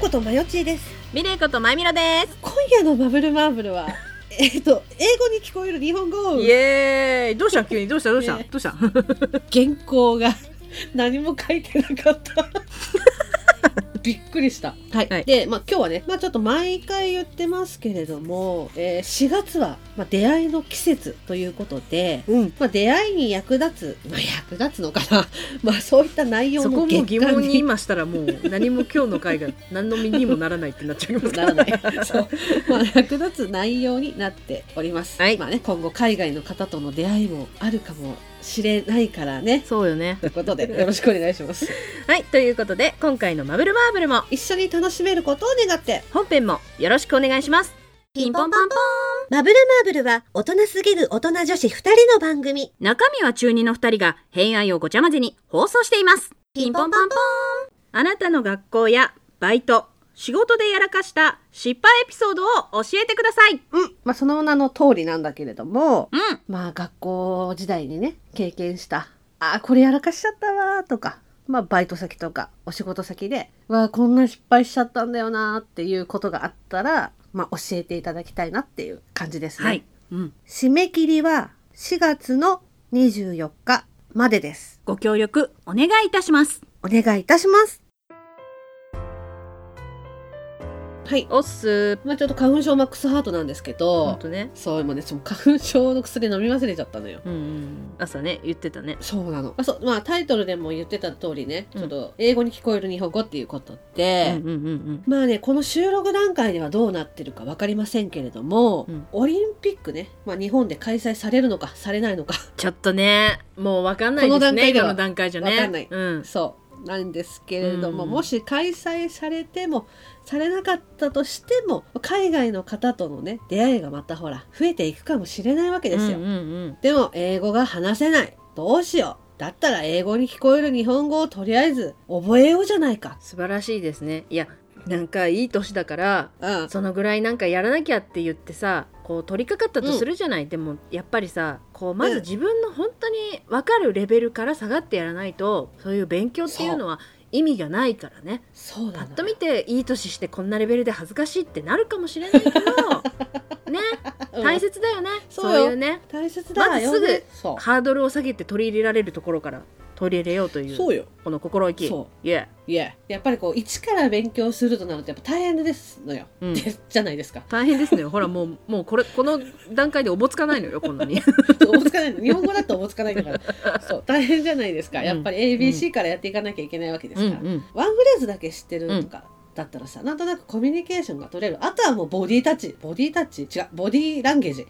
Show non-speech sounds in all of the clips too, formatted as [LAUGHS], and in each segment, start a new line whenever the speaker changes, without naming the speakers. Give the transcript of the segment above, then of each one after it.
ことまよちーです
ミレイことまみろです。
今夜のバブルマーブル [LAUGHS] はえっと英語に聞こえる日本語
イエーイ。どうした急にどうしたどうした、
ね
どうした [LAUGHS]
原稿が何も書いてなかった [LAUGHS] びっくりしたはい、
はい
で、まあ、今日はね、まあ、ちょっと毎回言ってますけれども、えー4月は、まあ、出会いの季節ということで、
うん。
まあ、出会いに役立つ、まあ、役立つのかな、 [LAUGHS] まあ、そういった内容
そ
の
こも疑問に
に
今したらもう何も今日の回が何の身にもならないってなっちゃいますか
な
ら
らない。そう。まあ、役立つ内容になっております。
はい
まあね、今後海外の方との出会いもあるかもしれないからね。
[LAUGHS] そうよね
ということで、 [LAUGHS] よろしくお願いします。
はいということで今回の「マブルマーブル」も
一緒に楽しめることを願って。
本編もよろしくお願いしますピンポンパンポン
マブルマーブルは大人すぎる大人女子2人の番組。
中身は中二の二人が偏愛をごちゃ混ぜに放送していますピンポンパンポンあなたの学校やバイト仕事でやらかした失敗エピソードを教えてください
うん。まあ、その名の通りなんだけれども、
うん
まあ、学校時代にね、経験した、あー、これやらかしちゃったわーとか、まあ、バイト先とか、お仕事先で、わー、こんな失敗しちゃったんだよなーっていうことがあったら、まあ、教えていただきたいなっていう感じですね。
はい、うん、
締め切りは4月の24日までです。
ご協力お願いいたします
お願いいたします。はい。
おっす
まあちょっと花粉症マックスハートなんですけ
ほん
ど、
とね
そう、今ね、その花粉症の薬飲み忘れちゃったのよ。
うんうん朝ね言ってたね
そうなの。まあ、そう、まあタイトルでも言ってた通りね、
うん
ちょっと英語に聞こえる日本語っていうこと
うん
で、
うんうん
まあね、この収録段階ではどうなってるか分かりませんけれども、
うん
オリンピックね、まあ、日本で開催されるのかされないのか
ちょっとねもうわかんない
この
です
段
ね
階では
今の段階じゃね
わかんない
う
[LAUGHS]
ん
そうなんですけれども、
うん
もし開催されてもされなかったとしても海外の方とのね出会いがまたほら増えていくかもしれないわけですよ、
うんうん
でも英語が話せないどうしようだったら英語に聞こえる日本語をとりあえず覚えようじゃないか
素晴らしいですねいやなんかいい年だから
うん
そのぐらいなんかやらなきゃって言ってさこう取り掛かったとするじゃない、でもやっぱりさこうま
うん
ず自分の本当に分かるレベルから下がってやらないとそういう勉強っていうのは意味がないからね
そう
パ
な
ッ
の
と見ていい年してこんなレベルで恥ずかしいってなるかもしれないけどね
うん
大切だよね、
そう
そ
よ
ういうね
大切だよ、ね、
まずすぐ
そう
ハードルを下げて取り入れられるところから取り入れようという
そうよ
この心意気
そ
いや、
いややっぱりこう一から勉強するとなるとやっぱ大変ですのよ、
うん
じゃないですか
大変ですねほらもうもうこれこの段階でおぼつかないのよこんなに
おぼつかないの日本語だとおぼつかないんだ
[LAUGHS]
からそう大変じゃないですかやっぱり ABC からやっていかなきゃいけないわけです
うん、
か
う
ら、
[LAUGHS] ん、
ワンフレーズだけ知ってるとかだったらさなんとなくコミュニケーションが取れるあとはもうボディタッチボディタッチ違うボディランゲージ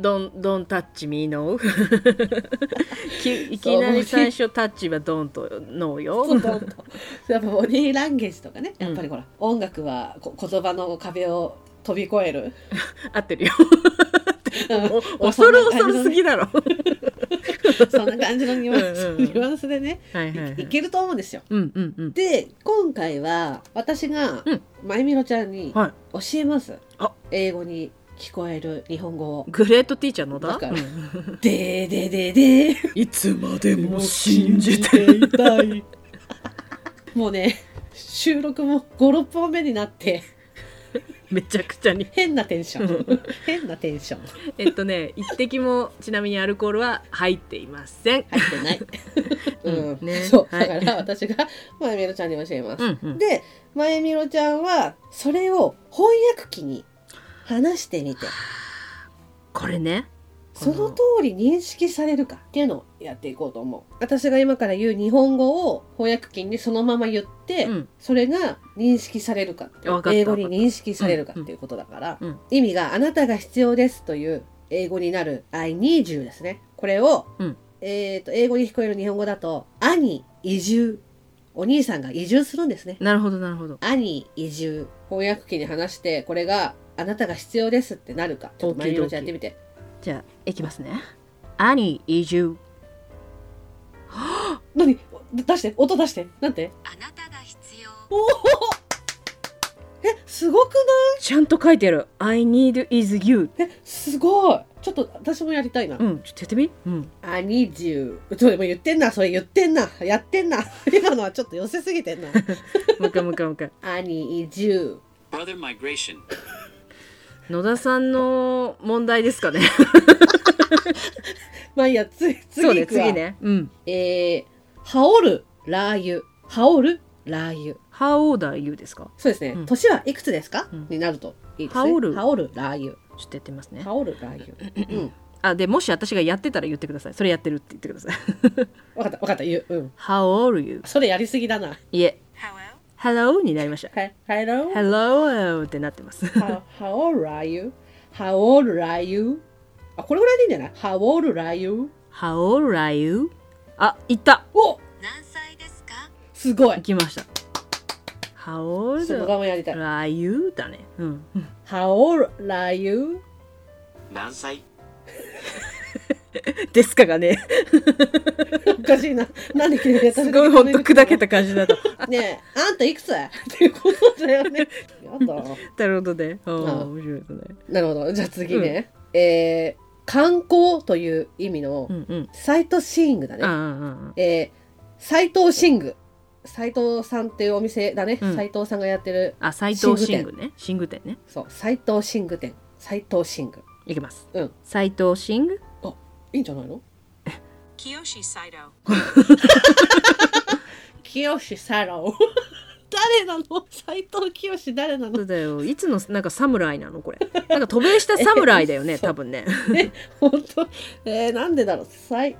ドンドンタッチミーノーい [LAUGHS] きなり最初タッチはドンとノーよ
ポンポンとやっぱボディランゲージとかね
うん
やっぱりほら、音楽はこ言葉の壁を飛び越える
合ってるよ
うん
お恐る恐るすぎだ [LAUGHS] ろ
[LAUGHS] そんな感じのニュアンス
うんうんうん
ニュアンスでね
はいはい、はいい、
けると思うんですよ
うんうんうん
で今回は私が
うん
まゆみろちゃんに
はい
教えます、
あ
英語に聞こえる日本語を
グレートティーチャーのだ
だから
うん
「でーでーでーで
[LAUGHS]
ー
いつまで」
いたい [LAUGHS] もうね収録も56本目になって
[LAUGHS] めちゃくちゃに
変なテンション変なテンション
えっとね一滴もちなみにアルコールは入っていません
入ってないうん、
[LAUGHS] うんね
そう
は
だ
い
から私がまゆみろちゃんに教えます、
うんうん
でまゆみろちゃんはそれを翻訳機に話してみて
これね
その通り認識されるかっていうのをやっていこうと思う私が今から言う日本語を翻訳機にそのまま言って、
うん
それが認識されるかっていう
わかった
英語に認識されるかっていうことだから、
うんうん
意味が「あなたが必要です」という英語になる「I need you」ですねこれを、
うん
えーと英語に聞こえる日本語だと「兄移住」お兄さんが移住するんですね
なるほどなるほど
「兄移住」翻訳機に話してこれが「あなたが必要です」ってなるかちょっとマリオちゃんやってみて
じゃあいきますね兄移住
何出して音出してなんて
あなたが必要。
おおえ、すごくない
ちゃんと書いてある。I need is you。
え、すごい。ちょっと私もやりたいな。
うん、ちょっとやってみ。うん。
I need you. それも言ってんな、それ言ってんな。やってんな。 [LAUGHS] 今のはちょっと寄せすぎてんな。
もう一回もう一回もう一回。
I need you.
Brother migration.
野田さんの問題ですかね。
まあいいや、つ次
[LAUGHS] そうね、
行くわ
次。ね。うん。
えー、羽織るラー油。羽織るラー油。
How old are you ですか
そうですね。
うん
年はいくつですか、
うん
になるといいですね。
羽織る
羽織るラー油。
ちょっとやってみますね。
羽織るラー油。うん。
あ、で、もし私がやってたら言ってください。それやってるって言ってください。 [LAUGHS]
わかった、わかった、言う。うん。
How old are you?
それやりすぎだな。
いえ。Hello? になりました。
はい、hello?
Hello [LAUGHS] ってなってます。
How, how old are you? How old are you? あ、これぐらいでいいんじゃない ?How old are you?
How old are you? あ、いった
お
何歳ですか
すごい
行きました。How
その
old
画面やりたい。
are you? だね。うん。 [LAUGHS]
How old are you?
何歳
ですかがね、
おかし
[LAUGHS]
いな。なんで切れた
すごいほんと砕けた感じだった。
ねえ、あんたいくつっていうことだよね。やだ。
なるほどね。ああ、
ああ
面白いですね。
なるほど。じゃあ次ね。えー、観光という意味の
うんうん。
サイトシーイングだ
ああ
ね。
ああ、
えー、斎藤シング。斎藤さんっていうお店だね。
うん
斎藤さんがやってる、
ああ、斎藤新宮ね。新宮店ね。
そう、斎藤シング店。斎藤シング。
いきます。
うん。
斎藤新宮
いいんじゃないの
Kiyoshi Saito.
清志サロー。 [LAUGHS] 誰なの斎藤清誰な
そ
の
うだよ。いつの、なんか侍なのこれ。なんか渡米した侍だよ
え
[LAUGHS] ね、
そう
多分ね。
え、本当えー、なんでだろう斎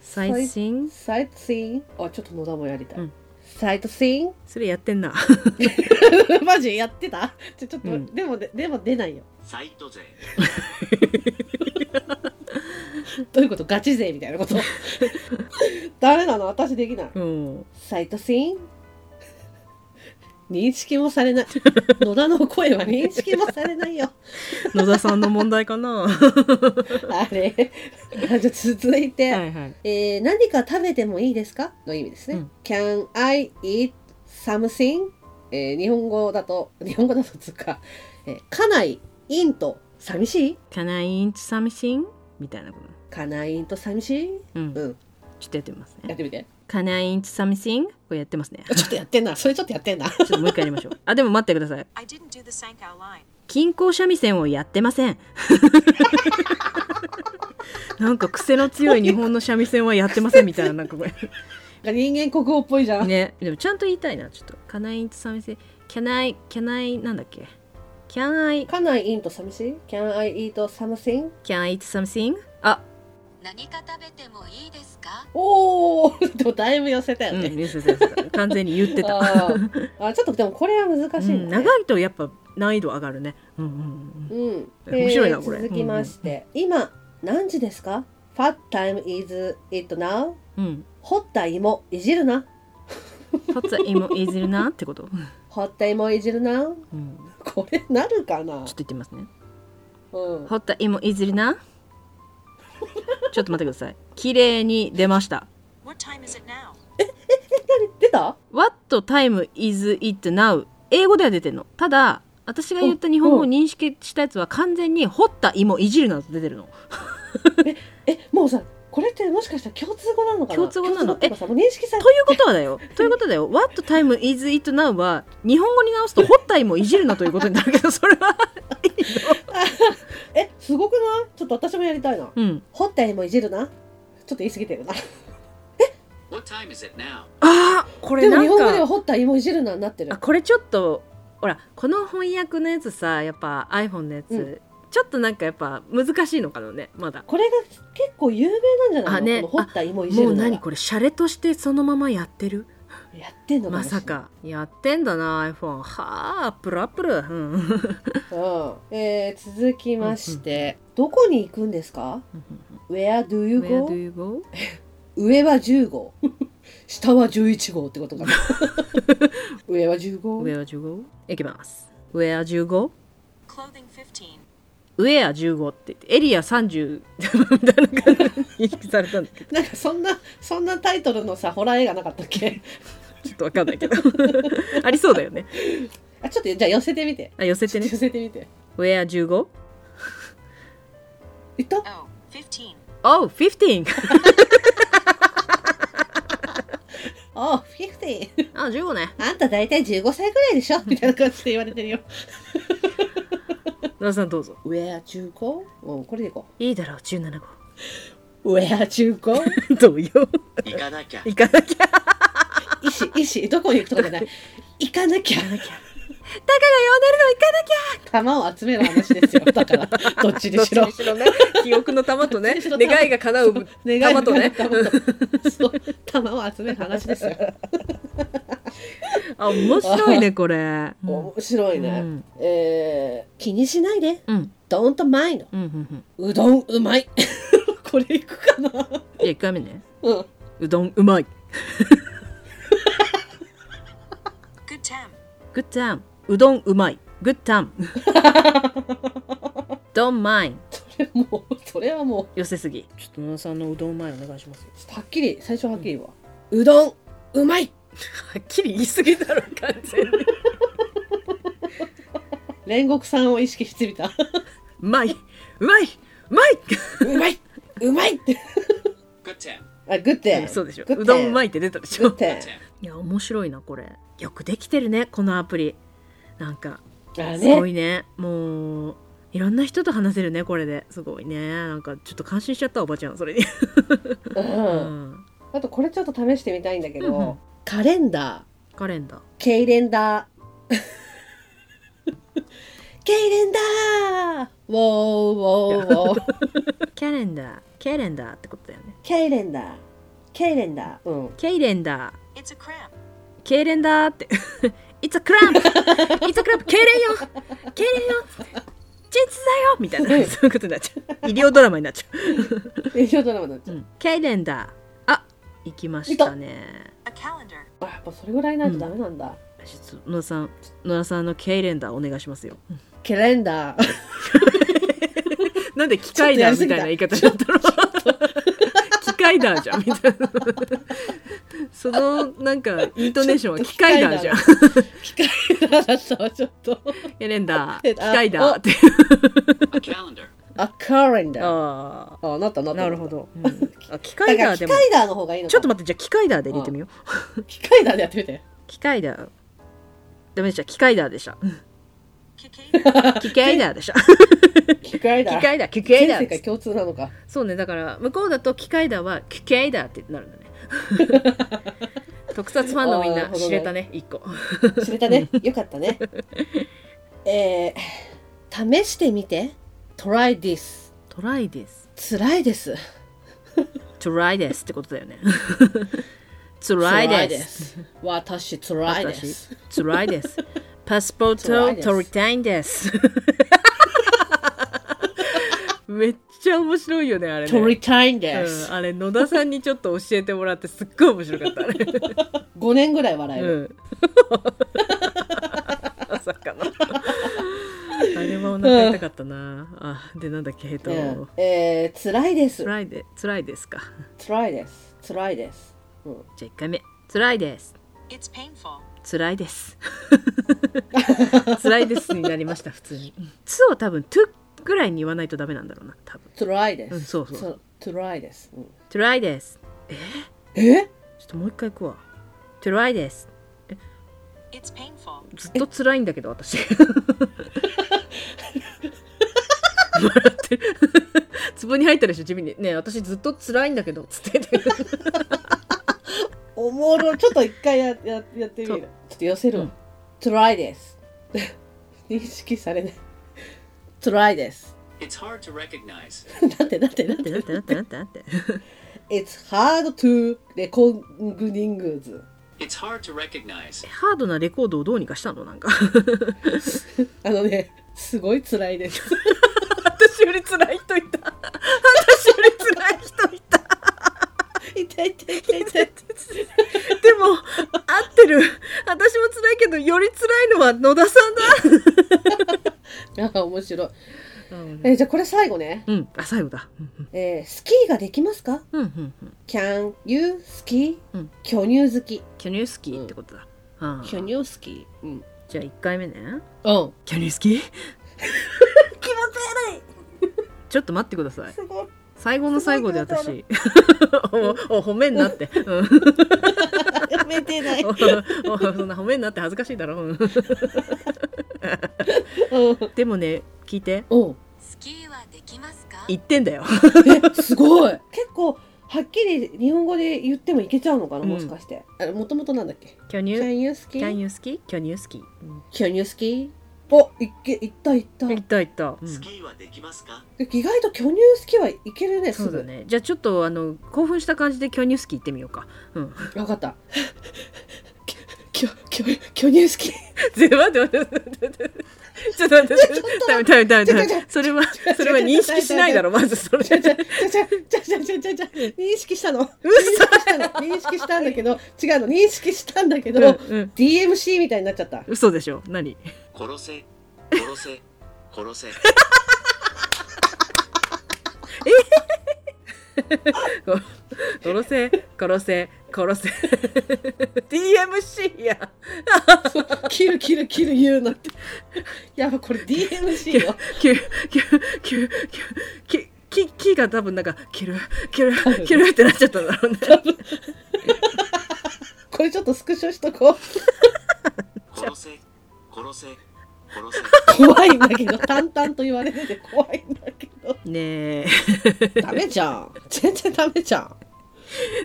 最新
サイトシーンあ、ちょっと野田もやりたい。
うん
サイトシー
それやってんな。
ン [LAUGHS] マジやってたちょちょっと、
うん
でもで、でも出ないよ。
サイト勢。
どういうことガチ勢みたいな [LAUGHS] こと。ダメなの私できない。
うん。
サイトシーン認識もさ
[LAUGHS]
れない。野田の声は認識もされないよ。
野田さんの問題かな。 [LAUGHS] は
あれあじゃあ続いて、
いはい。
えー何か食べてもいいですかの意味ですね。
うん
Can I eat something? えー日本語だと、日本語だとつうか、えー、家内、インと寂しい
Can I eat something? みたいなこと。
家内、インと寂しい
うん。
うん、
ちょっとやってみます
やっ
ね。
てみて。
Can I eat something? これやってますね。ち
ちょっとやってんな。それちょっとや
[LAUGHS]
ってんな。
ょっともう一回やりましょう。あ、でも待ってください。
I didn't do the Sankao line.
均衡三味線をやってま [LAUGHS] せん。なんか癖の強い日本の三味線はやってませんみたいな、なんかこれ。
人間国語っぽいじ [LAUGHS] ゃん。
ね、でもちゃんと言いたいな、ちょっと。Can I eat something? Can I, can I, なんだっけ ?Can I,
家内、インと寂しい ?Can I eat something?
can I eat something? あ、
何か食べてもいいですか
おー [LAUGHS] でもだいぶ寄せたよ
うん、
ね。
言ってた言ってた完全に言って
[LAUGHS]
た。
あーあちょっとでもこれは難しい、ね
うん長いとやっぱ難易度上がるね。うんうんうん。
うん、
面白いな
えー
これ
続きまして、今何時ですか ?Fat time is it now?
うん。
掘った芋いじるな。
たつ今いじるなってこと。
掘った芋いじるな。
うん。ちょ
これなるかな
っと言ってみますね。
うん。
ほった芋いずりな。ちょっと待ってください。綺麗に出ました。
What time is it now?
出た
What time is it now? 英語では出てるの。ただ、私が言った日本語を認識したやつは完全に掘った芋いじるなと出てるの。
え、もうさ、これってもしかしたら共通語なのかな
共通語なの
共っていうかさもう認識され
ということはだ [LAUGHS] よ。ということだよ。What time is it now は日本語に直すと掘った芋いじるなということになるけど、それは。
え、すごくないちょっと私もやりたいな。
うん。
掘った芋いじるな。ちょっと言い過ぎてるな。
What time is it now?
ああ、こ
で
れ
も
な
日
ん
本語では
か。
掘った芋いじるなになってる
あ、。これちょっと、ほら、この翻訳のやつさ、やっぱ iPhone のやつ、
うん
ちょっとなんかやっぱ難しいのかなね、まだ。
これが結構有名なんじゃないの、
あね
この掘った芋いじ
も
る
う
なは。
何これシャレとしてそのままやってる
やってんの
まさ。かやってんだな iPhone はあアップルアップル、うん、
うんえー続きまして、どこに行くんですか ?Where do you
Where do
go?
you go?
上は10号 [LAUGHS] 下は11号ってこと
[LAUGHS]
かな上は10号
Where do you go? いきます Where do you go?
Clothing 15.
Where 15って言ってエリア30みたいな感じで認識されたんだけど
なんかそんなそんなタイトルのさホラー映画なかったっけ
ちょっとわかんないけどありそうだよね
あ、ちょっとじゃあ寄せてみて。
あ寄せて
寄
ね
せてみて。
Where 15?
いった
Oh,
Oh, 15.
15!
あ、フィフティ。
あ、15ね。
あんた大体15歳ぐらいでしょみたいな感じで言われてるよ。
野田さんどうぞ。
Where 15? うん、これでいこ
いいだろう、17号。
う。Where 15?
どうよ。
行かなきゃ。
行かなきゃ。
医師、医師、どこに行くとかじゃない。行かなきゃ。
だから呼んでるの行かなきゃ
玉を集める話ですよ。だから、どっちにしろ。
しろね。記憶の玉とね
どっちにしろ、玉
願いが叶う玉とね。
玉とそう玉を集める話ですよ。
あ、面白いね、これ。
面白いね。
うん
えー、気にしないで。
うん。
Don't mind.
うん、うん、うん。
うどんうまい。 [LAUGHS] これいくかな
じゃあ1回目ね。
うん。
うどんうまい。
Good time.
Good time. うどんうまい。Good
[LAUGHS]
time. Don't mind.
もう、それはもう、
寄せすぎ。ちょっと野田さんのうどんうまいお願いします。 [LAUGHS]
はっきり、最初はっきり言うわ。うどんうまい
はっきり言いすぎだろ、完全に。
煉獄さんを意識してみた。
うまい。うまい。うまい。
うまいうまいって。
Good time.
あ、グッ
え
て。
そうでしょ。
グッて
うどんうまいって出たでし
グッ
ょ。
て。
Good time.
いや、面白いな、これ。よくできてるね、このアプリ。なんか、
あ
すご
ね。
いね。もう、いろんな人と話せるね、これで。すごいね。なんか、ちょっと感心しちゃった、おばちゃん、それに。
う。
うんん。
あとこれちょっと試してみたいんだけど、
うんうん
カレンダー
カレンダー。
ケイレンダーケイレンダーウォーウォーウォー
カレンダー。ケレンダーってことだよね。
ケイレンダーケイレンダーうん
ケイレンダー。
It's a cramp.
けいれんだーって。いつクランプいつクランプけいれんよけいれんよ鎮痛だよみたいな、そういうことになっちゃう。医療ドラマになっちゃ
練習ドラマになっち
う。
ゃ
う
う、
ん。けいれんだー。あ、行きましたね。
A calendar.
あやっぱそれぐらいないとダメなんだ、
ちょっと野田さん、野田さんのけいれんだーお願いしますよ。
ケレンダー
なんで機械だみたいな言い方になったの機械だじゃんみたいな。そのなんかイントネーションは機械だじゃん。
機械だ [LAUGHS] だったわちょっと
けいれんだ
え
ー、機械だーって。
A calendar.
あカレンダー
あ
あなったなっ
あ、
た
なるほど。うんあ機
だ
械
か
だ
ら
ー
機
でも。
械だの方がいいの
ちょっと
待
待って、じゃあ機械だーで入れてみよう。
って機械だでやってみて
機械だー。ダメでした。機械だーでした。
[LAUGHS]
Cicada.
[LAUGHS] 機械だーでした。
機械だ
機械だー、機械だ
全世界
ー。
共通なのか
そうね、だから向こうだと機械だーは機械だーってなるんだ [LAUGHS] ね。特撮ファンのみん
あーなる
な
ほどね
知れたね、一個。 [LAUGHS]
知れたね。よかったね。 [LAUGHS] えー、試してみて。try this.
トライです。
辛いです。
辛いですってことだよ [LAUGHS] ね。辛いです。
す。私、辛いです。
辛いです。パスポ
辛い
ー
で
ト
す
を取りたい
[LAUGHS]
んです。めっちゃ面白いよね、あれね。
取りたいん
う
です
ん、。あれ野田さんにちょっと教えてもらってすっごい面白かったあれ。
5年ぐらい笑え
う
る。 [LAUGHS]
ん。まさかの。あれはお腹痛かったな。あ、でなんだっけえっと、
うんえー、辛いです。
辛いで辛いですか。
辛いです。辛いです。うん、
じゃあ一回目辛いです。
It's painful.
辛いです。辛いですになりました、普通に。つを多分、とぐらいに言わないとダメなんだろうな、多分。
辛いで
うん
す。
そうそう
つ。辛いです。うん
辛いです。
え
ちょっともう一回行くわ。辛いです。
It's painful.
ずっと辛いんだけど、私。笑ってる。壺に入ったでしょ、地味に。ねえ私ずっと辛いんだけど、つって。
おもろ。
[LAUGHS]
ちょっと一回やややってみる。ち
そ
ょ
う
っと寄せる
う
わ
ん。
辛いです。 [LAUGHS] 認識されない。辛いです。 [LAUGHS]
It's hard to recognize.
なんてなんてなんて
なんてなんてなんてなんて。
It's hard to recognize.
It's hard to recognize.
ハードなレコードをどうにかしたのなんか。
あのね、すごい辛いです。
[LAUGHS] [LAUGHS] 私より辛い人いた。私より辛い人いた。
[LAUGHS] 痛い痛い痛い痛い。
でも合ってる私も辛いけどより辛いのは野田さん
なんか面白い。
だ
えーじゃあこれ最後ね。
うんあ最後だうん
えースキーができますか
うんうんうん
?Can you ski?
うん
巨乳好き。
巨乳好きってことだ、うん、
巨乳好き。うん。
じゃあ1回目ね
うん。
キャニスキー
気持ち悪い
ちょっと待ってください
すごい
最後の最後で私おお褒めんなって、うん、
やめてない
おおそんな褒めんなって恥ずかしいだろうんでもね聞いて
うん。
スキーはできますか
言ってんだよ
え、すごい。結構、はっきり日本語で言ってもいけちゃうのかな、もしかして。あれ、もともとなんだっけ
Can you
?Can you ski?
can you ski can you ski、うん、
Can you ski? お、いけ、いったいった。
言った言った、うん
スキーはできますか
意外と巨乳好きはいけるね、す
そう
ぐ。
だねじゃあちょっとあの興奮した感じでキャニスキー行ってみようかうん
わかった。きょ、きょ、巨乳好き。
[LAUGHS] ちょっと待って待って待って待ってちょっと待ってダメダメダメダメ
ちょちょちょ
それはそれは認識しないだろまずそれ
じゃじゃじゃじゃじゃじゃじゃじゃ認識したの。認識したの。認識したんだけど、違うの。認識したんだけど、
うんうん
DMC みたいになっちゃった。
嘘でしょ何
殺せ殺せ殺せ
殺せ殺せ殺せ [LAUGHS] DMC や
キルキルキル言うなって。やば、これ DMC よ。
キュキュキュキュキュキキが多分なんかキュルキュルキュルってなっちゃったんだろうね
これちょっとスクショしとこう。
殺せ殺せ殺せ
怖いんだけど、淡々と言われてて怖いんだけど。
ねえ
ダメじゃん。全然ダメじゃん。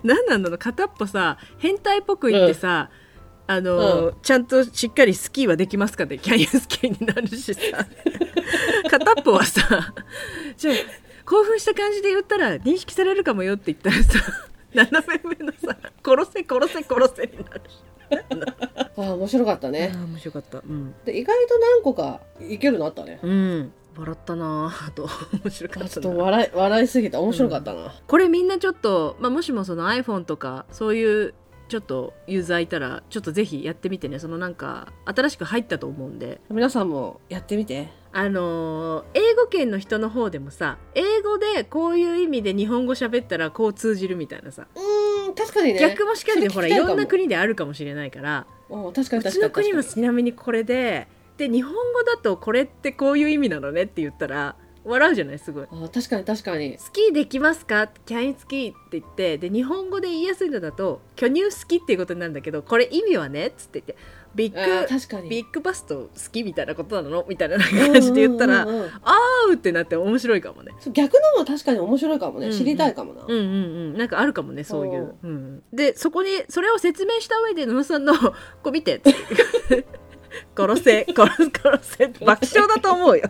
何なんだろう片っぽさ変態っぽく言ってさ、あのーちゃんとしっかりスキーはでき [LAUGHS] ますかってキャニオンスキーにな
[LAUGHS]
るしさ片っぽはさじゃあ興奮した感じで言ったら認識されるかもよって言った
[LAUGHS]
らさ斜め上のさ「殺せ殺せ殺せ」になるし
ああ、面白かった
あ
ね。
ー面白かったうん、
で意外と何個かいけるのあったね。
うん、笑ったなぁあと面白か
あ
っ
ち
た
ょっと
な
笑い笑いすぎた面白かったな、
これみんなちょっと、まあ、もしもその iPhone とかそういうちょっとユーザーいたらちょっとぜひやってみてねそのなんか新しく入ったと思うんで
皆さんもやってみて
あのー英語圏の人の方でもさ英語でこういう意味で日本語喋ったらこう通じるみたいなさ、
うーん確かにね
逆もしかりで
そ
ほ
れ
ら
聞きたい
い
かも
ろんな国であるかもしれないから
お確か
う
に確か
ち
に
の
確
国
か
も
に
ちなみにこれでで日本語だとこれってこういう意味なのねって言ったら笑うじゃないすごい。
あ確かに確かに
スキーできますかキャインスキーって言ってで日本語で言いやすいのだと巨乳スキーっていうことになるんだけどこれ意味はねっつって言ってビ
あ
ッ
ー
グ
確かに
ビッグバスと好きみたいなことなのみたいな感じで言った
う
らあ
んうんうんうん
ーうってなって面白いかもね
そう逆のも確かに面白いかもね、
うんうん
知りたいかもな、
うんうんうんなんかあるかもねそういう
そ、
うん、でそこにそれを説明した上で野田さんの [LAUGHS] 「こう見て」って「殺せ殺せ殺せ」爆笑だと
[LAUGHS]
思うよ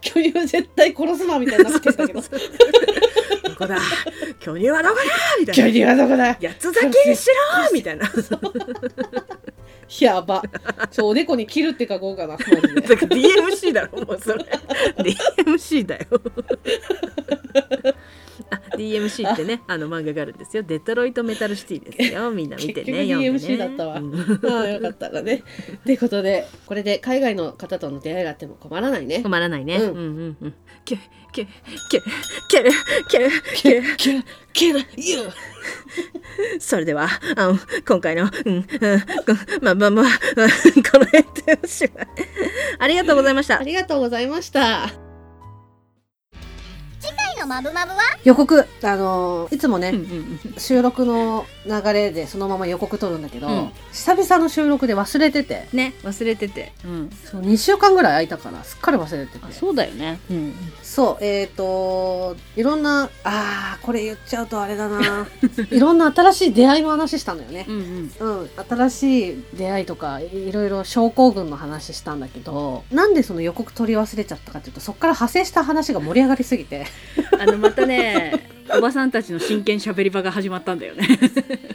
巨乳絶対殺すな [LAUGHS] みたいになってたけど
そうそうそう [LAUGHS] どこだ巨乳はどこだみたいな
巨乳はどこだ
八つ咲きにしろみたいな。
やばそうおでこに切るって書こ [LAUGHS] うかなマジで
DMC だろ、もうそれ。DMC だよ。あ DMC ってね、あの漫画があるんですよ。デトロイトメタルシティで
[LAUGHS]
すよ。みんな見てね。
結局 DMC
読
だ
ん
っ
で
たわ
ねうん
まあよかったらねってことでこれで海外の方との出会いがあっても困らないね
困らないね。う
うんん
うんうん。け、け、け、ける、ける、ける。
キャキャユー
それでは、あの、今回の、うん、うん、まあまあまあ、 [LAUGHS] うんこの辺でおしまい。ありがとうございました
あ。りがとうございました
回のマブマブは
予告あのーいつもね、
うんうんうん
収録の流れでそのまま予告撮るんだけど、
うん
久々の収録で忘れてて
ね、忘れてて。うん。
そう2週間ぐらい空いたからすっかり忘れててそう
そうだよね。うん。
えっ、といろんなあーこれ言っちゃうとあれだな [LAUGHS] いろんな新しい出会いの話したんだよね
う、んうん。
うん、新しい出会いとかいいろいろ症候群の話したんだけどなんでその予告取り忘れちゃったかっていうとそっから派生した話が盛り上がりすぎ
[LAUGHS]
て
あのまたね、おばさんたちの真剣しゃべり場が始まったんだよね。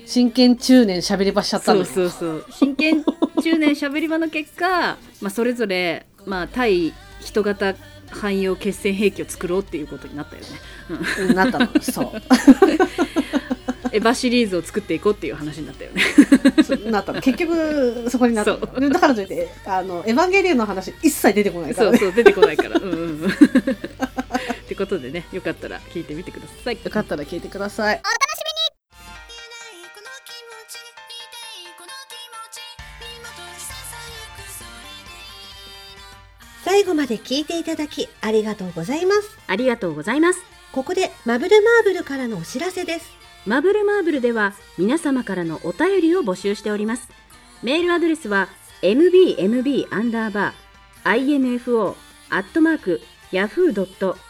真剣中年喋り場しちゃった
そ
の
う
よ
そうそう。真剣中年しゃべり場の結果、まあそれぞれまあ対人型汎用決戦兵器を作ろうっていうことになったよね。
うんなったのそう
エヴァシリーズを作っていこうっていう話になったよね。
そうなったの結局そこになったの
そ
だからといってあの「エヴァンゲリオン」の話一切出てこないか
そ
ら
う
ね
そう出てこないから。うんうんうん。ってことでね、よかったら聞いてみてください。
よかったら聞いてください
この気持ち見ていいこの気持ち今と
最後まで聞いていただきありがとうございます。
ありがとうございます。
ここでマブルマーブルからのお知らせです。
マブルマーブルでは皆様からのお便りを募集しております。メールアドレスは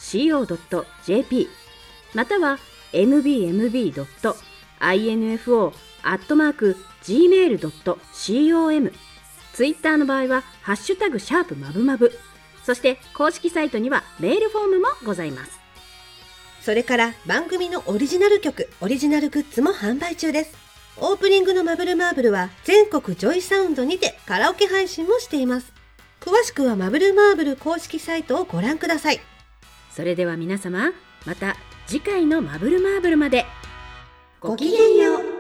mbmb-info-yahoo.co.jp または mbmb.info-gmail.com ツイッターの場合はハッシュタグシャープマブマブそして公式サイトにはメールフォームもございます。
それから番組のオリジナル曲、オリジナルグッズも販売中です。オープニングのマブルマーブルは全国ジョイサウンドにてカラオケ配信もしています。詳しくはマブルマーブル公式サイトをご覧ください。
それでは皆様また次回の「マブルマーブル」まで
ごきげんよう。